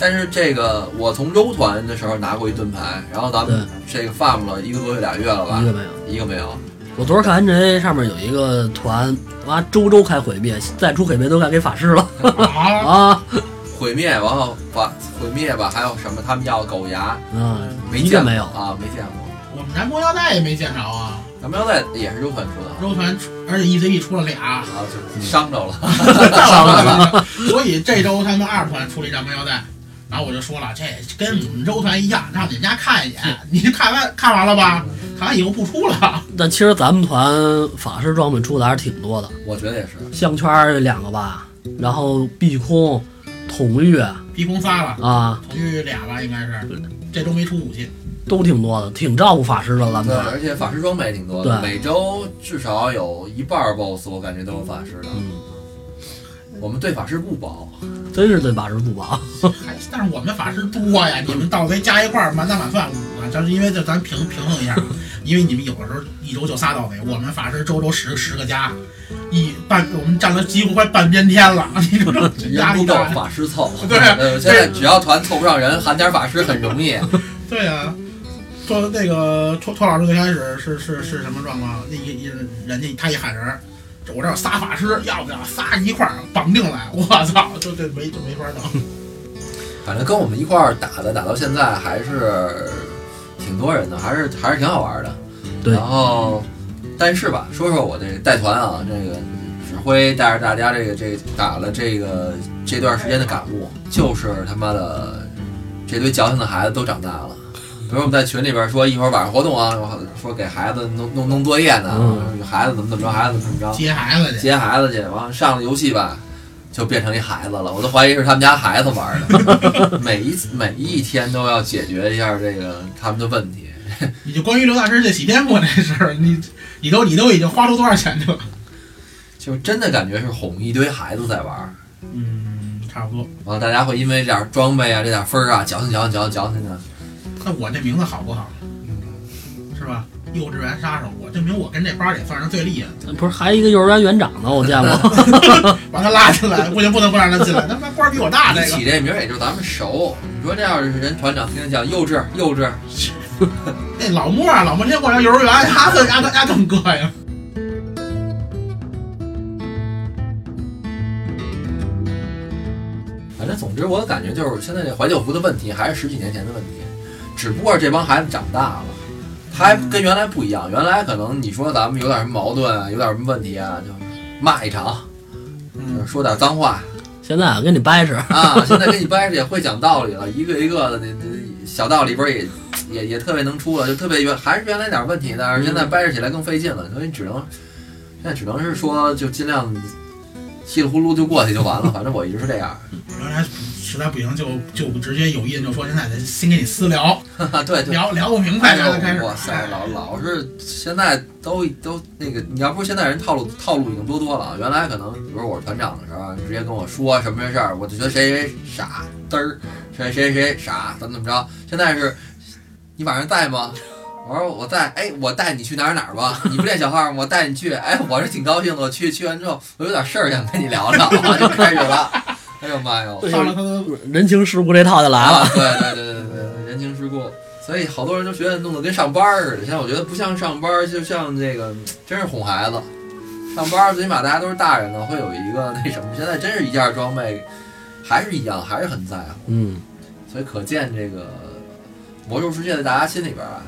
但是这个我从周团的时候拿过一盾牌，然后咱们这个 farm 了一个多月俩月了吧
一个，没有。
一个没有。
我昨儿看 NJ 上面有一个团，妈周周开毁灭，再出毁灭都该给法师了
啊，
啊！
毁灭，然后把毁灭吧，还有什么？他们要狗牙，
嗯，
没
一个
见
没有。
啊，没见过。
我们南宫腰带也没见着啊，
咱们要在也是肉团出的啊
肉团出而且 ECB 出了 俩，
啊，就是伤着了。
所以这周他们二团出了一张腰带。然后我就说了，这跟我们周团一样，让你们家看一眼，你看完看完了吧？看完以后不出了。
但其实咱们团法师装备出的还是挺多的，
我觉得也是，
项圈儿两个吧，然后碧空、统御
逼空仨了，
啊，
头绪俩吧，应该是。这周没出武器，
都挺多的，挺照顾法师的。咱们
对，
团，
而且法师装备也挺多的，
对
每周至少有一半儿 BOSS，我感觉都是法师的。
嗯，
我们对法师不薄，
真是对法师不薄。
还但是我们法师多呀，你们到时候加一块儿满打满算五个，这啊是因为这咱平平衡一下，因为你们有的时候一周就仨到位，我们法师周周十十个加，一半我们占了几乎快半边天了， 你知道吗压
人
力
不够
大。
法师凑。
对
呃现在只要团凑不上人，喊点法师很容易。
对啊，托那个托托老师最开始是是是什么状况？那一一人家他一喊人儿，这我这儿有仨法师，要不要仨一块儿绑定来？我操，就这没就没法弄。
反正跟我们一块儿打的，打到现在还是挺多人的，还是还是挺好玩的。
对
然后，但是吧，说说我这个带团啊，这个指挥带着大家这个这个打了这个这段时间的感悟，就是他妈的这堆矫情的孩子都长大了。比如我们在群里边说一会儿晚上活动啊，说给孩子弄弄弄作业呢，
嗯
孩子怎么怎么着，孩子怎么怎么着，
接孩子去，
接孩子去，完了上了游戏吧，就变成一孩子了。我都怀疑是他们家孩子玩的， 每一次每一天都要解决一下这个他们的问题。
你就关于刘大师这洗天赋那事儿，你你都你都已经花出多少钱去了？
就真的感觉是哄一堆孩子在玩儿，
嗯，差不多。
完了大家会因为这点装备啊、这点分儿啊，矫情矫情矫情矫情的。
那我这名字好不好？是吧？幼稚园杀手，我这名我跟这班里算是最厉害的。
不是还一个幼儿园园长呢，我见 过。
把他拉进来，不行，不能不让他进来， 他妈官儿比我大。这
你
个
起这名儿也就是咱们熟，你说这要是人团长天天叫幼稚幼稚，
那老莫啊，老莫天过来幼儿园，他更他更他更膈应。
反正总之我感觉就是现在这怀旧服的问题还是十几年前的问题，只不过这帮孩子长大了，他还跟原来不一样。原来可能你说咱们有点什么矛盾啊，有点什么问题啊，就骂一场，
嗯，
说点脏话，
现在我跟你掰扯，
啊，现在跟你掰扯也会讲道理了，一个一个的，那那小道里边也也也特别能出了，就特别原还是原来点问题，但是现在掰扯起来更费劲了，所以你只能现在只能是说就尽量稀里糊涂就过去就完了，反正我一直是这样。
原来实在不行就就直接有印就说现在咱先跟你私聊，
啊， 对对。
聊聊不明白
哎
就开始
呦，哇塞，老老是现在都都那个，你要不是现在人套路套路已经多多了，啊原来可能比如我是团长的时候，你直接跟我说什么事儿，我就觉得谁谁傻嘚儿，谁谁谁傻怎么怎么着。现在是，你晚上在吗？我说我在，哎，我带你去哪儿哪儿吧。你不练小号吗？我带你去。哎，我是挺高兴的，我去去完之后，我有点事儿想跟你聊 聊，就开始了。哎呦妈哟！
上了他的
人情世故这套就来了。
啊，对对对对对，人情世故。所以好多人都觉得弄得跟上班儿似的，现在我觉得不像上班儿，就像这个真是哄孩子。上班儿最起码大家都是大人了，会有一个那什么。现在真是一件装备，还是一样，还是很在乎。
嗯，
所以可见这个魔兽世界在大家心里边儿啊，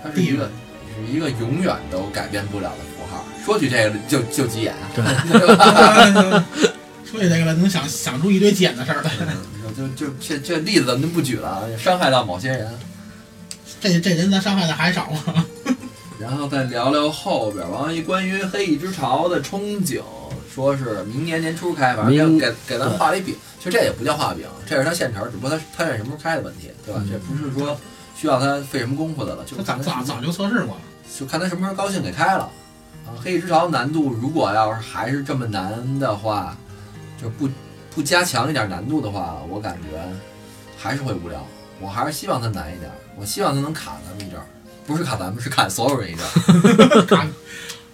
它是一个是一个永远都改变不了的符号。说起这个就就急眼，啊
对，
哎 说起这个来，能想想出一堆捡的事儿来。
就就这这例子咱们就不举了，啊，伤害到某些人。
这这人咱伤害的还少吗？
然后再聊聊后边儿，完了一关于黑翼之潮的憧憬，说是明年年初开，反正
明
给给给咱画了一饼。其实这也不叫画饼，这是他现成儿，只不过他他愿意什么时候开的问题，对吧？
嗯
这不是说需要他费什么功夫的了，就
这
是
早
看
早
他
早就测试过了，
就看他什么时候高兴给开了。啊，黑翼之潮难度如果要是还是这么难的话，就不不加强一点难度的话，我感觉还是会无聊。我还是希望它难一点儿，我希望它能卡咱们一阵儿，不是卡咱们，是卡所有人一阵儿。
看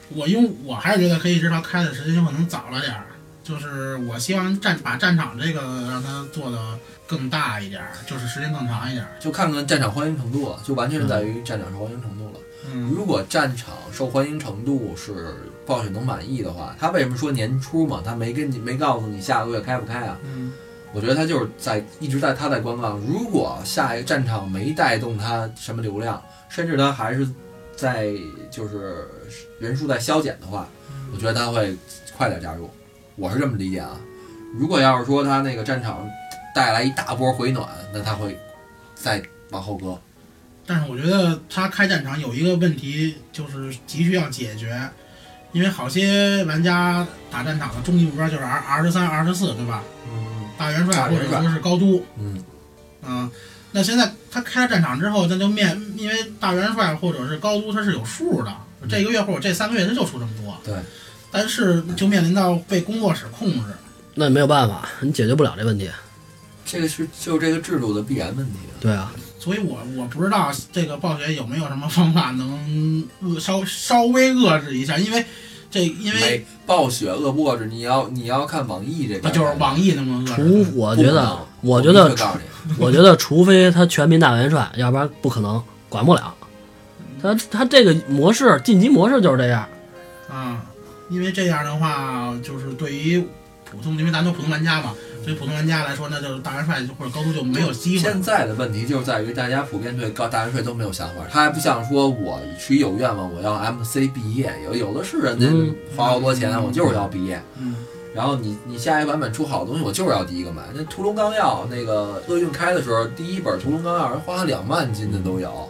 我因为我还是觉得黑翼之潮开的时间有可能早了点儿，就是我希望战把战场这个让它做的更大一点儿，就是时间更长一点儿。
就看看战场欢迎程度了，就完全是在于战场受欢迎程度了。
嗯，
如果战场受欢迎程度是暴雪能满意的话，他为什么说年初嘛？他没跟你没告诉你下个月开不开啊？
嗯，
我觉得他就是在一直在他在观望。如果下一个战场没带动他什么流量，甚至他还是在就是人数在消减的话，我觉得他会快点加入。我是这么理解啊。如果要是说他那个战场带来一大波回暖，那他会再往后搁。
但是我觉得他开战场有一个问题，就是急需要解决，因为好些玩家打战场的终极目标就是 R R 十三、R 十四，对吧？
嗯
大元帅
大
或
元
者
帅
说是高都，
嗯。
啊、那现在他开了战场之后，那就面因为大元帅或者是高都他是有数的，这个月或者这三个月他就出这么多。
嗯对。
但是就面临到被工作室控制，
那也没有办法，你解决不了这问题。
这个是就这个制度的必然问题。
对啊，
所以我我不知道这个暴雪有没有什么方法能遏稍稍微遏制一下，因为这因为
没暴雪恶不遏制，你要你要看网易这
那
边，
啊就是网易那么遏制的。
除我
不
觉
可能，
得，我
我
觉得
明确，告诉你，
我觉得，除非他全民大元帅，要不然不可能管不了。他他这个模式，晋级模式就是这样。
啊，因为这样的话，就是对于普通，因为咱都普通玩家嘛，对于普通玩家来说，那就是大元帅或者高都就没有机会。
现在的问题就是在于大家普遍对高大学税都没有想法，他还不像说我是有愿望，我要 MC 毕业，有有的是人家
嗯
花好多钱，我就是要毕业。
嗯，
然后你你下一版本出好东西，我就是要第一个买。那《屠龙纲要》那个厄运开的时候，第一本《屠龙纲要》人花了两万金的都有，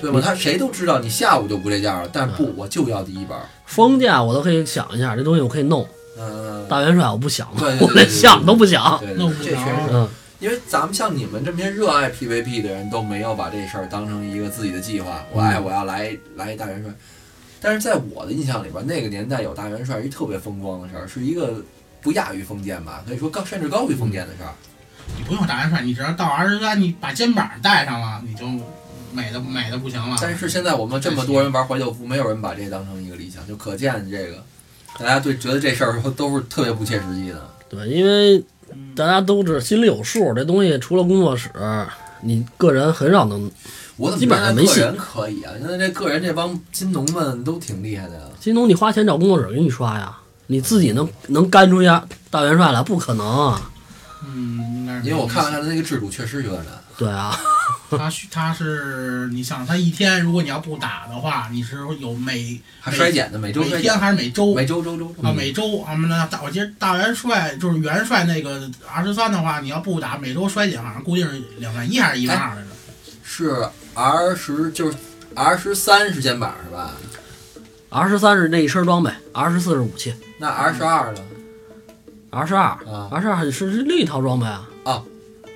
对吧？
嗯
他谁都知道你下午就不这价了，但不，我就要第一本。
封建我都可以想一下，这东西我可以弄。
嗯，
大元帅我不想
对对，对
我连想啊都不想。
对，
那
对
我
对这确
们
实，
嗯，
因为咱们像你们这么些热爱 PVP 的人都没有把这事儿当成一个自己的计划，我
嗯
爱我要来来一大元帅。但是在我的印象里边，那个年代有大元帅是一特别风光的事儿，是一个不亚于封建吧，可以说高甚至高于封建的事儿。
你不用打元帅，你只要到 R 十三，你把肩膀带上了，你就美的美的不行
嗯
了。
但是现在我们这么多人玩怀旧服，没有人把这当成一个理想，就可见这个大家对觉得这事儿都是特别不切实际的。
对，因为大家都是心里有数，这东西除了工作室，你个人很少能。
我怎么
基本上没
觉得
戏
个人可以啊？现在这个人这帮金农们都挺厉害的呀。
金东，你花钱找工作室给你刷呀，你自己能能干出一下大元帅来？不可能啊！
嗯，应该是没
因为
有
我看了看他那个制度，确实有点难。
对啊，
他是他是你想他一天，如果你要不打的话，你是有每
还衰减的，每周衰减
每天，还是每周
每周周周周
啊，每周他们呢，大我记得大元帅就是元帅那个 R 十三的话，你要不打每周衰减，好像固定是两万一还是一万二来着？
是 R 十，就是 R 十三是肩膀是吧？
R 十三是那一身装备，R 十四是武器
那 R 十二呢？
，R 十二
啊
，R 十二是是另一套装备啊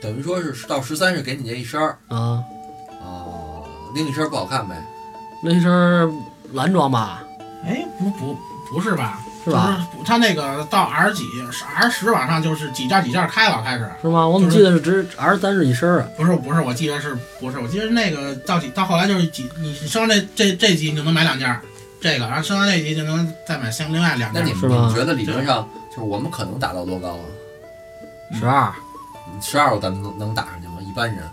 等于说是到十三是给你这一身儿
啊，
哦，另一身儿不好看呗。
那一身蓝装吧，
哎，不不不是吧？
是吧？
就是他那个到 R 几是 R 十往上就是几件几件开了开始。
是吗？我怎么记得是只 R 三是一身啊？
不是不是，我记得是不是？我记得那个到几到后来就是几，你升上这这这级你就能买两件儿，这个，然后升上这级就能再买相另外两
那
件儿。
你们
是
你
吧
们觉得理论上就是我们可能打到多高啊？
十二，
十二咱们能能打上去吗？一般人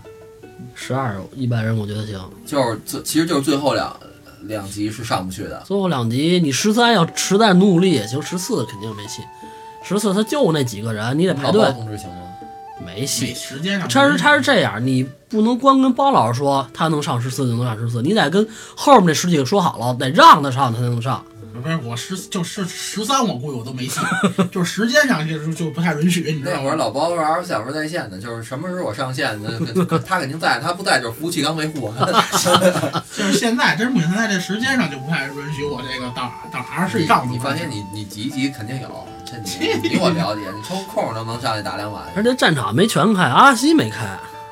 十二一般人我觉得行。
就是最，其实就是最后两两集是上不去的。
最后两集你十三要实在努力也行，十四肯定没戏。十四他就那几个人，你得排
老包
队，
同志行吗？
没
你
戏。
时间上，
他是他是这样，你不能光跟包老师说他能上十四就能上十四，你得跟后面那十几个说好了，得让他上他才能上。
不是我十就是十三，我估计我都没 戏，就是时间上就是就不太允许，你知
那
道
会儿
吗？
老包玩二十四小时在线的，就是什么时候我上线，那他肯定在，他不在就是服务器刚维护 完。
就是现在真是不行，现在这时间上就不太允许我这个到到 R 十以上。
你放心，你你集一集肯定有，这 你你比我了解，你抽空都能上去打两把去。
而且战场没全开，阿拉西没开，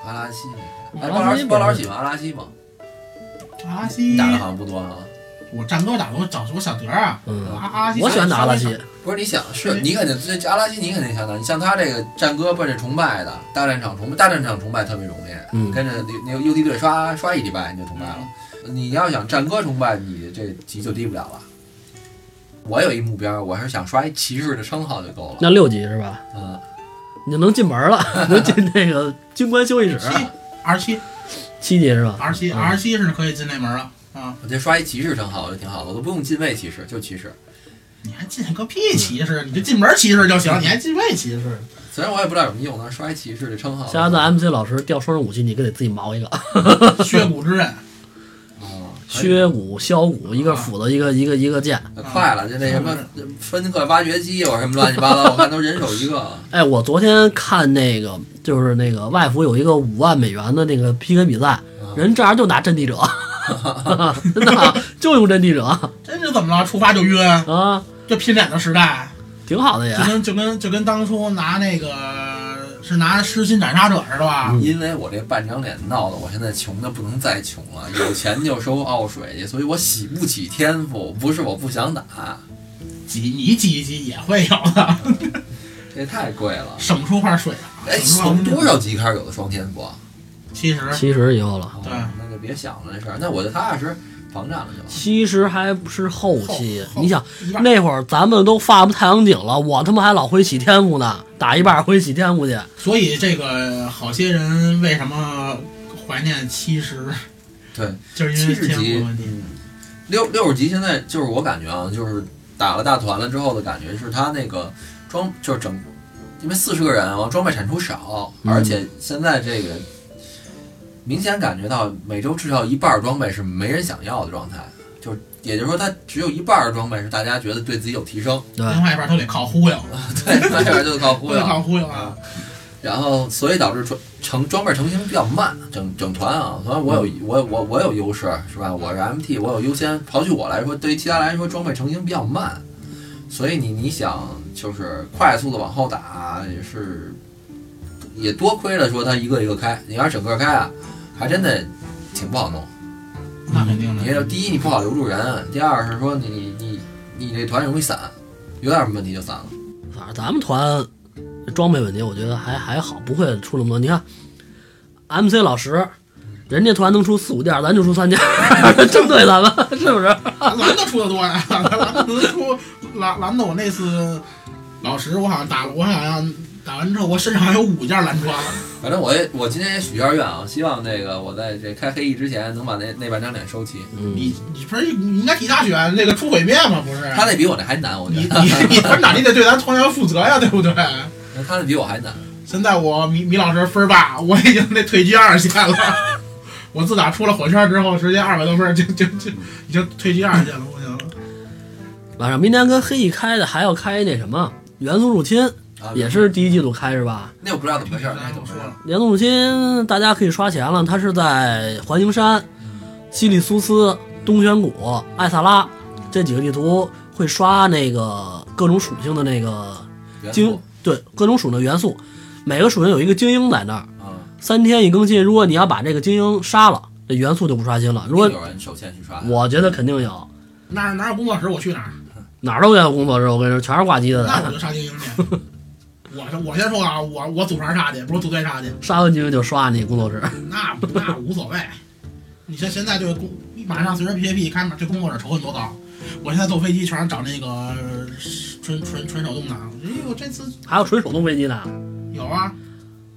阿拉西没看，哎，
嗯阿拉西
包老师包老师
不
喜欢阿拉西吗？
阿
你
西，
打的好像不多啊。
我战歌打的我找我小德啊，
嗯，
阿阿西，
我喜欢打阿拉西，
不是你想是你肯定这阿拉西你肯定想打，你像他这个战歌奔着崇拜的大战场崇拜大战场崇拜特别容易，
嗯
跟着那那 UD 队刷刷一礼拜你就崇拜
啊
了。
嗯
你要想战歌崇拜，你这级就低不了了。我有一目标，我是想刷一骑士的称号就够了。
那六级是吧？
嗯，
你就能进门了， 能进那个军官休息室。
七 R 七
七级是吧？
R 七 R 七是可以进那门了啊，
我这刷一骑士称号就挺好的，我都不用近卫骑士，就骑士。
你还进个屁骑
嗯
士，你就进门骑士就行，你还进位骑 士。
虽然我也不知道有什么用，但是刷一骑士的称号。
下次 MC 老师调双人武器，你可得自己毛一个，
削骨之刃，
嗯，可以
削骨、削骨，一个斧子，一个一个一个剑。
快了，就那什么分割挖掘机，有什么乱七八糟，我看都人手一个。
哎，我昨天看那个，就是那个外服有一个五万美元的那个 PK 比赛，
啊
人照样就拿阵地者， 真的啊就用阵地者
这是怎么了？触发就晕，
啊，
这拼脸的时代，
挺好的也
就。
哎
跟就跟就跟当初拿那个是拿狮心斩杀者似的吧？
啊因为我这半张脸闹得我现在穷的不能再穷了，有钱就收奥水去，所以我洗不起天赋，不是我不想打，
挤你挤一挤也会有的，
这也太贵了。
省出块水来。
哎，从多少级开始有的双天赋啊？
其实
七十以后了，
对
哦那就别想了这事儿，那我就踏踏实实防战了就。
七十还不是后期。
后后
你想
一半
那会儿咱们都发不太阳井了，我他妈还老会洗天赋呢，打一半会洗天赋去。
所以这个好些人为什么怀念七十？
对，
就是因为天赋问题。
嗯六六十级现在就是我感觉啊，就是打了大团了之后的感觉是他那个装就是整，因为四十个人啊，装备产出少，
嗯
而且现在这个明显感觉到每周至少一半儿装备是没人想要的状态，就是也就是说他只有一半儿的装备是大家觉得对自己有提升，
对，
另外一半都得靠忽悠，
对，那这边就靠忽
都得靠
悠。
忽悠
啊
啊！
然后，所以导致装成装备成型比较慢，整整团啊，虽然我有我我我有优势是吧？我是 MT，我有优先。刨去我来说，对于其他来说，装备成型比较慢，所以你你想就是快速的往后打也是，也多亏了说他一个一个开，你要是整个开啊，还真的挺不好弄。
那肯定
你这
的。
第一你不好留住人，第二是说你你你你这团容易散，有点什么问题就散了。
反正咱们团装备问题，我觉得还还好，不会出那么多。你看，MC 老师，人家团能出四五件，咱就出三件， 针对咱们是不是？
蓝的出的多呀，蓝的能出蓝蓝的。我那次老石，我好像打了，我好像打完之后，我身上还有五件蓝装。
反正我也我今天也许一下愿啊，希望那个我在这开黑翼之前能把那那半张脸收齐。
嗯，
你你不是你应该替他选那个出毁灭吗？不是？
他那比我那还难，我觉
你
得
你你团长，你得对咱团员负责呀，对不对？
他那比我还难。
现在我米米老师分儿吧，我已经那退居二线了。 我自打出了火圈之后，直接二百多分儿就就就已经退居二线了，不行了。
晚上明天跟黑羿开的还要开那什么元素入侵，
啊
也是第一季度开是吧？
那我不知道怎么回事儿，
刚
那
才
怎么
我
回事
说
儿
了？，
元素入侵大家可以刷钱了，它是在环形山、西里苏斯、东玄谷、艾萨拉这几个地图会刷那个各种属性的那个
元素
精，对各种属性的元素，每个属性有一个精英在那儿，
啊，
三天一更新。如果你要把这个精英杀了，这元素就不刷新了。如果
有人首先去刷的，
我觉得肯定有，
哪哪有工作室我去哪儿，啊
哪儿都有工作室，我跟你说，全是挂机的
那我
的，
就杀精英去。我是我先说啊，我我组团杀去，不是组队杀去，
杀完精英就刷你工作室。
那那无所谓。你像现在这个工，马上随着 PAP 开嘛，这工作者仇恨多高？我现在坐飞机全是找那个呃纯纯纯手动挡，哎呦，这次
还有纯手动飞机呢，
有啊，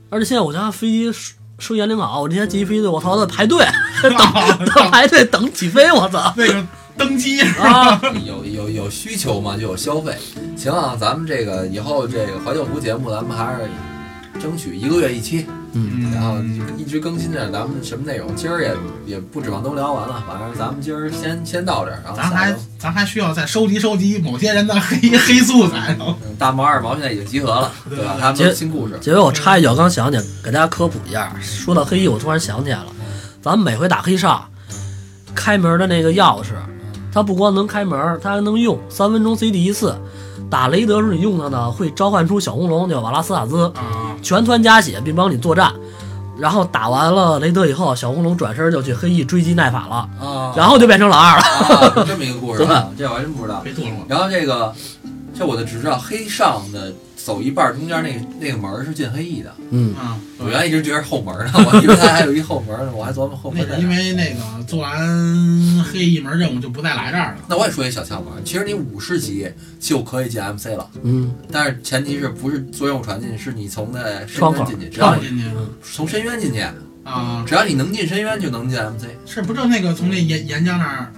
而且现在我家飞机收延龄好，我之前骑飞机我操，在排队 等等排队等起飞，我操
那个登机
啊！
有有有需求嘛，就有消费。行啊，咱们这个以后这个怀旧服节目，咱们还是争取一个月一期，嗯
嗯
然后
嗯
一直更新着咱们什么内容。今儿也也不指望都聊完了，反正咱们今儿先先到这儿，然后
咱
下
还
周
咱还需要再收集收集某些人的黑黑素材，然后
嗯大毛二毛现在已经集合了，对吧？他们都是新故事，
结尾我插一句，我刚想起来给大家科普一下，说到黑衣，我突然想起来了，咱们每回打黑哨，开门的那个钥匙，它不光能开门，它还能用，三分钟 CD 一次。打雷德时你用它呢，会召唤出小红龙，叫瓦拉斯塔兹，
啊，
全团加血，并帮你作战。然后打完了雷德以后，小红龙转身就去黑翼追击奈法了，
啊，
然后就变成老二了。
啊，有这么一个故事啊，这我还真不知道。
别堕落了。
然后这个，这我的只知道黑上的走一半儿中间那个那个门儿是进黑翼的，
嗯，
啊，
我原来一直觉得是后门儿呢，我以为它还有一后门儿呢，我还琢磨后门
那
儿在哪
个因
儿。
为那个做完黑一门任务就不再来这儿了。
那我也说一小窍门儿，其实你五十级就可以进 MC 了，
嗯，
但是前提是不是作用传进，是你从那深
窗口
渊进去，只要
绕
你
进去
从深渊进去，
啊，
只要你能进深渊就能进 MC，
是不就那个从那岩岩浆那儿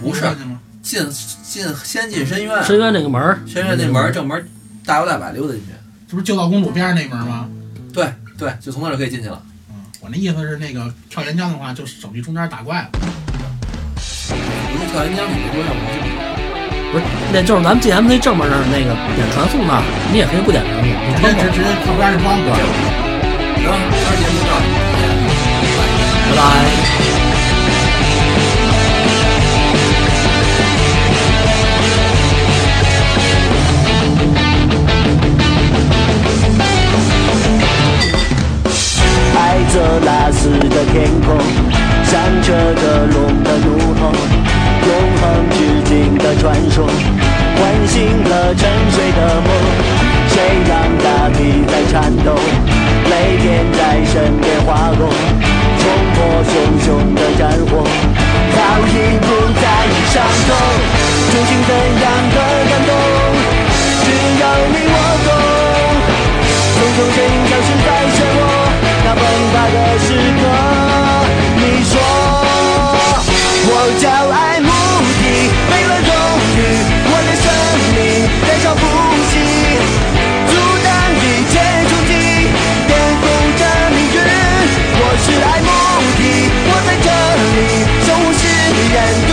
不是
绕进去吗？
进进先进深渊，
深渊那个门儿，
深渊那门儿正门儿大摇大摆溜达进去，
这不是救到公主边上那门吗？
对对，就从那儿就可以进去了。
嗯，我那意思是那个跳岩浆的话，就手去中间打怪了。
不是跳岩浆，你不会让我进去。
不是，那就是咱们进 MC 正门那儿那个点传送那儿，你也可以不点传送，你
直
窗
接
口
直直接靠边儿就装过去了。
行，今儿节目到这儿。
拜拜。
爱着那时的天空，想着的龙的怒吼，永恒至今的传说，唤醒了沉睡的梦。谁让大地在颤抖，雷电在身边划过，冲破熊熊的战火，早已不在意伤痛，逐渐怎样的感动，只有你我懂。种种声音消失在漩涡，那崩塌的时刻，你说我叫爱目的，为了荣誉，我的生命燃烧不息，阻挡一切冲击，巅峰着命运，我是爱目的，我在这里守护世人。